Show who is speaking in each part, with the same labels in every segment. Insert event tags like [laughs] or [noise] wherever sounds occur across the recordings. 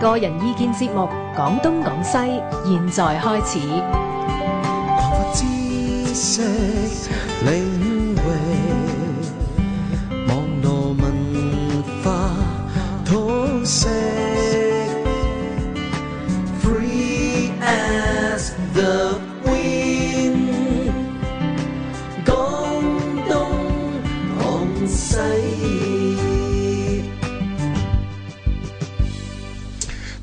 Speaker 1: 個人意見節目《廣東廣西》，現在開始。
Speaker 2: 我知識領域，網絡文化通識，free as the wind。廣東廣西。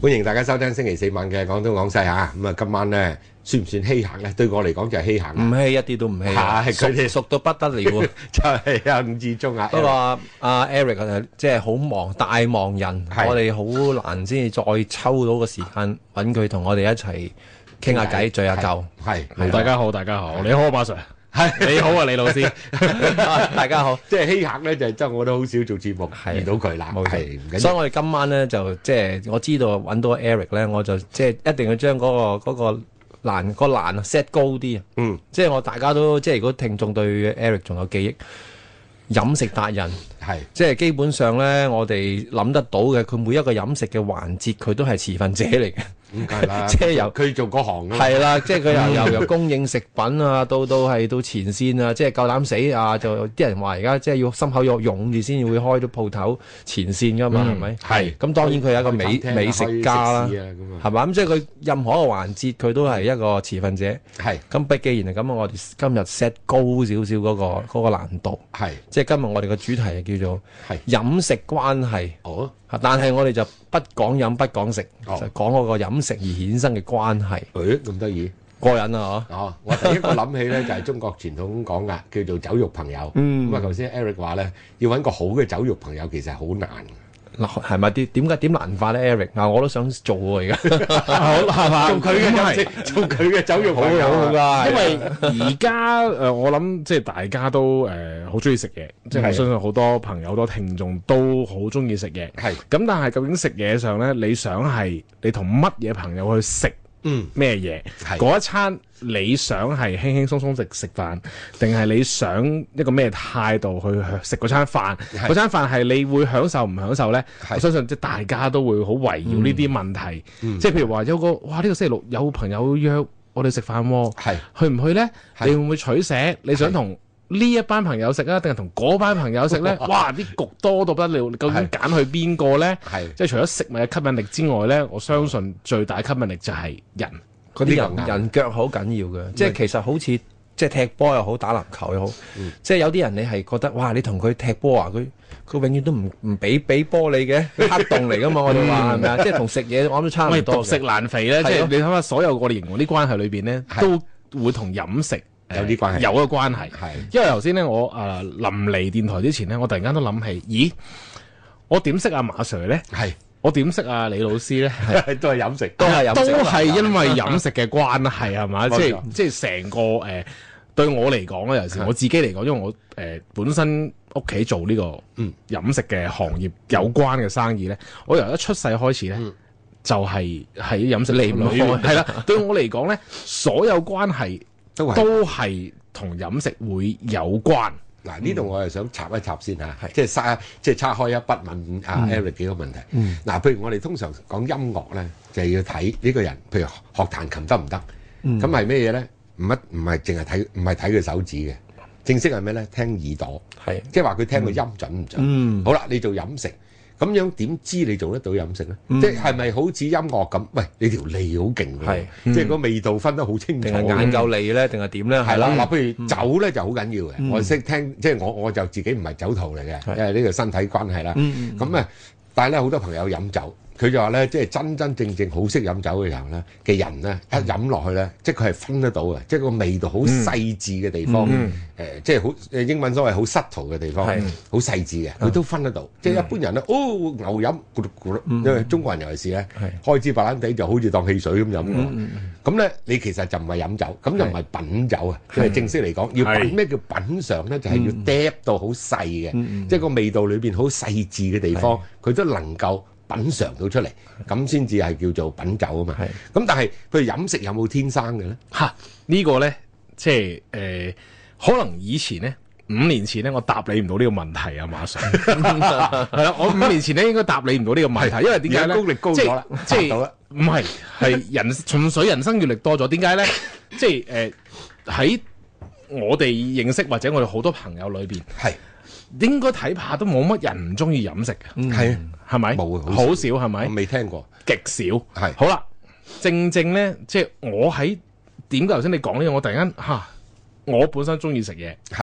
Speaker 3: 歡迎大家收聽星期四晚嘅廣東廣西嚇，咁啊今晚咧算唔算稀客咧？對我嚟講就係稀客
Speaker 4: [laughs] 唔
Speaker 3: 啦，
Speaker 4: 稀一啲都唔稀啊，
Speaker 3: 係
Speaker 4: 熟
Speaker 3: 佢哋
Speaker 4: 熟到不得了。啊
Speaker 3: [laughs] 就係阿伍志忠啊。
Speaker 4: 不過啊阿 Eric 啊即係好忙，大忙人，
Speaker 3: 係
Speaker 4: 我哋好難先至再抽到個時間揾佢同我哋一齊傾下偈，聚下舊。啊
Speaker 3: 係係
Speaker 5: 大家好，大家好，你好啊，馬 Sir，
Speaker 3: 係
Speaker 5: 你好啊，李老師，
Speaker 4: [laughs] 大家好，
Speaker 3: 即係稀客咧，就係真係我都好少做節目
Speaker 4: 係
Speaker 3: 遇到佢啦，
Speaker 4: 冇
Speaker 3: 係唔
Speaker 4: 錯。
Speaker 3: 緊
Speaker 4: 所以
Speaker 3: 要。
Speaker 4: 我哋今晚咧就即係我知道揾到 Eric 咧，我就即係一定要將嗰個嗰個欄個欄啊 set 高啲啊。
Speaker 3: 嗯，
Speaker 4: 即係我大家都即係如果聽眾對 Eric 仲有記憶，飲食達人。
Speaker 3: 係
Speaker 4: 即係基本上呢，我哋諗得到嘅，佢每一個飲食嘅環節，佢都係持份者嚟嘅。
Speaker 3: 咁梗係啦，
Speaker 4: [laughs] 即係由
Speaker 3: 佢做嗰行㗎嘛 [laughs]
Speaker 4: 係啦，即係佢由由由供應食品啊，到到係到前線啊，即係夠膽死啊！就啲人話而家即係要心口要勇住先會開到鋪頭前線噶嘛，係咪、
Speaker 3: 嗯係
Speaker 4: 咁當然佢係一
Speaker 3: 開
Speaker 4: 個美
Speaker 3: 餐廳啊
Speaker 4: 美食家啦
Speaker 3: 開食肆啊咁啊，
Speaker 4: 係嘛？咁即係佢任何一個環節，佢都係一個持份者。
Speaker 3: 係
Speaker 4: 咁不既然係咁，我哋今日 set 高少少嗰個嗰、個難度，
Speaker 3: 係
Speaker 4: 即係今日我哋嘅主題係叫做
Speaker 3: 係
Speaker 4: 飲食關係。
Speaker 3: 哦
Speaker 4: 但係我哋就不講飲不講食，
Speaker 3: 哦
Speaker 4: 就講嗰個飲食而衍生嘅關係，
Speaker 3: 誒咁得意
Speaker 4: 過癮啊！
Speaker 3: 哦！我第一個諗起咧就係中國傳統講噶，叫做酒肉朋友。
Speaker 4: 嗯
Speaker 3: 咁啊，頭先 Eric 話咧，要揾個好嘅酒肉朋友其實係好難嘅。
Speaker 4: 嗬，嗱係咪啲點解點難法咧？Eric 嗱，我都想做喎而家，
Speaker 5: [laughs] 好
Speaker 4: [laughs]
Speaker 5: 係嘛？
Speaker 3: 做佢嘅 [laughs]
Speaker 5: 咁
Speaker 3: 飲
Speaker 5: 係
Speaker 3: 食，做佢嘅酒肉朋友啊。
Speaker 4: 㗎
Speaker 5: 因為而家誒，我諗即係大家都誒好中意食嘢，即係我
Speaker 3: 係
Speaker 5: 相信好多朋友、好多聽眾都好中意食嘢。
Speaker 3: 係
Speaker 5: 咁，但係究竟食嘢上咧，你想係你同乜嘢朋友去食
Speaker 3: 嗯
Speaker 5: 咩嘢？
Speaker 3: 係
Speaker 5: 嗰一餐你想係輕輕鬆鬆食食飯，定係你想一個咩態度去食嗰餐飯？
Speaker 3: 係
Speaker 5: 嗰餐飯係你會享受唔享受呢？
Speaker 3: 係嗯
Speaker 5: 我相信即係大家都會好圍繞呢啲問題，即係譬如話有個哇呢、個星期六有朋友約我哋食飯喎、
Speaker 3: 係
Speaker 5: 去唔去呢？
Speaker 3: 係
Speaker 5: 你會唔會取捨？你想
Speaker 3: 係
Speaker 5: 同呢一班朋友食啊，定係同嗰班朋友食呢？哇！啲局多到不得了，究
Speaker 3: 係
Speaker 5: 竟揀去邊個呢？
Speaker 3: 係
Speaker 5: 即係除咗食物嘅吸引力之外呢，我相信最大吸引力就係人。
Speaker 4: 嗰
Speaker 3: 呢個
Speaker 4: 啲人啊嗯
Speaker 3: 啱
Speaker 4: 人腳好緊要嘅，即係其實好似即係踢波又好，打籃球又好，即係有啲人你係覺得哇，你同佢踢波啊，佢佢永遠都唔唔俾俾波你嘅，佢黑洞嚟 [laughs] 㗎嘛，我哋話係咪啊？即係同食嘢我諗都差
Speaker 5: 喂，
Speaker 4: 唔多
Speaker 5: 獨
Speaker 4: 嘅
Speaker 5: 食難肥咧，即
Speaker 4: 係
Speaker 5: 係
Speaker 4: 咯
Speaker 5: 你睇下所有我哋形容啲關係裏邊咧，都會同飲食呃
Speaker 3: 有啲關係
Speaker 5: 有個關係。
Speaker 3: 係
Speaker 5: 因為頭先咧，我誒臨嚟電台之前咧，我突然間都諗起，咦，我點識阿馬 Sir 咧？
Speaker 3: 係
Speaker 5: 我點識阿李老師咧？
Speaker 3: [laughs] 都係飲食。啊
Speaker 4: 都係飲
Speaker 5: 都
Speaker 4: 食
Speaker 5: 係因為飲食嘅關
Speaker 3: [laughs]
Speaker 5: 係係嘛？即
Speaker 3: 冇錯
Speaker 5: 係即係成個誒、呃、對我嚟講咧，尤其是我自己嚟講，因為我誒、呃本身屋企做呢
Speaker 3: 嗯
Speaker 5: 個飲食嘅行業有關嘅生意咧，我由一出世開始咧。
Speaker 3: 嗯
Speaker 5: 就係喺飲食
Speaker 4: 離唔開
Speaker 5: 係啦。對我嚟講咧，所有關係
Speaker 3: 都係
Speaker 5: 都係同飲食會有關。
Speaker 3: 嗱，呢度我係想插一插先嚇，即係嗯沙即係叉開一筆問阿 Eric 幾個問題。嗱，譬如我哋通常講音樂咧，就要睇呢個人，譬如學彈琴得唔得？咁係咩嘢咧？唔一唔係淨係睇唔係睇佢手指嘅，正式係咩咧？聽耳朵，
Speaker 4: 係
Speaker 3: 即係話佢聽個音準唔準。
Speaker 4: 嗯
Speaker 3: 好啦，你做飲食。咁樣點知你做得到飲食咧？
Speaker 4: 嗯
Speaker 3: 即係係咪好似音樂咁？喂，你條脷好勁
Speaker 4: 係
Speaker 3: 喎，
Speaker 4: 嗯
Speaker 3: 即係個味道分得好清楚
Speaker 4: 定
Speaker 3: 嘅。
Speaker 4: 係眼夠利咧，定係點咧？
Speaker 3: 係
Speaker 4: 嗯係嗯
Speaker 3: 啦，
Speaker 4: 啦
Speaker 3: 嗱，，譬如酒咧就好緊要嘅，我識聽，即係我我就自己唔係酒徒嚟嘅，
Speaker 4: 係
Speaker 3: 因為呢個身體關係啦。
Speaker 4: 嗯
Speaker 3: 咁啊，但係咧好多朋友飲酒，佢就話咧，即係真真正正好識飲酒嘅人咧嘅人咧，
Speaker 4: 嗯
Speaker 3: 一飲落去咧，即係佢係分得到嘅，即係個味道好細緻嘅地方，誒，即係好誒英文所謂好 subtle 嘅地方
Speaker 4: 嗯係，嗯
Speaker 3: 好細緻嘅，佢都分得到。即係一般人咧，哦牛飲咕嚕咕嚕，因為中國人尤其是咧
Speaker 4: 嗯係嗯
Speaker 3: 開支白蘭地就好似當汽水咁飲㗎嘛咁咧，你其實就唔係飲酒，咁就唔係品酒啊，即係正式嚟講，要品咩叫品嚐咧？就係要嗒到好細嘅，即係個味道裏邊好細緻嘅地方，佢都能夠品嚐到出嚟，咁先至係叫做品酒啊嘛
Speaker 4: 係。
Speaker 3: 咁但係譬如飲食有冇天生嘅咧？
Speaker 5: 嚇，呢個呢，即係誒、呃可能以前呢，五年前咧，我答你唔到呢個問題啊，馬
Speaker 3: [laughs]
Speaker 5: 上係啦，我五年前咧應該答你唔到呢個問題，因為點解
Speaker 3: 而家
Speaker 5: 咧？
Speaker 3: 功力高咗啦
Speaker 5: 即係即
Speaker 3: 答到
Speaker 5: 係
Speaker 3: 啦
Speaker 5: 唔係係人純粹人生閲歷多咗，點
Speaker 3: [laughs]
Speaker 5: 解咧？即係誒喺我哋認識或者我哋好多朋友裏邊，
Speaker 3: 係
Speaker 5: 應該睇怕都冇乜人唔中意飲食嘅，
Speaker 3: 係啊，
Speaker 5: 係咪？
Speaker 3: 冇啊好
Speaker 5: 好少係咪
Speaker 3: 我？未聽過，
Speaker 5: 極少。
Speaker 3: 係
Speaker 5: 好啦，正正咧，即係我喺點解頭先你講呢樣，我突然間嚇、我本身中意食嘢，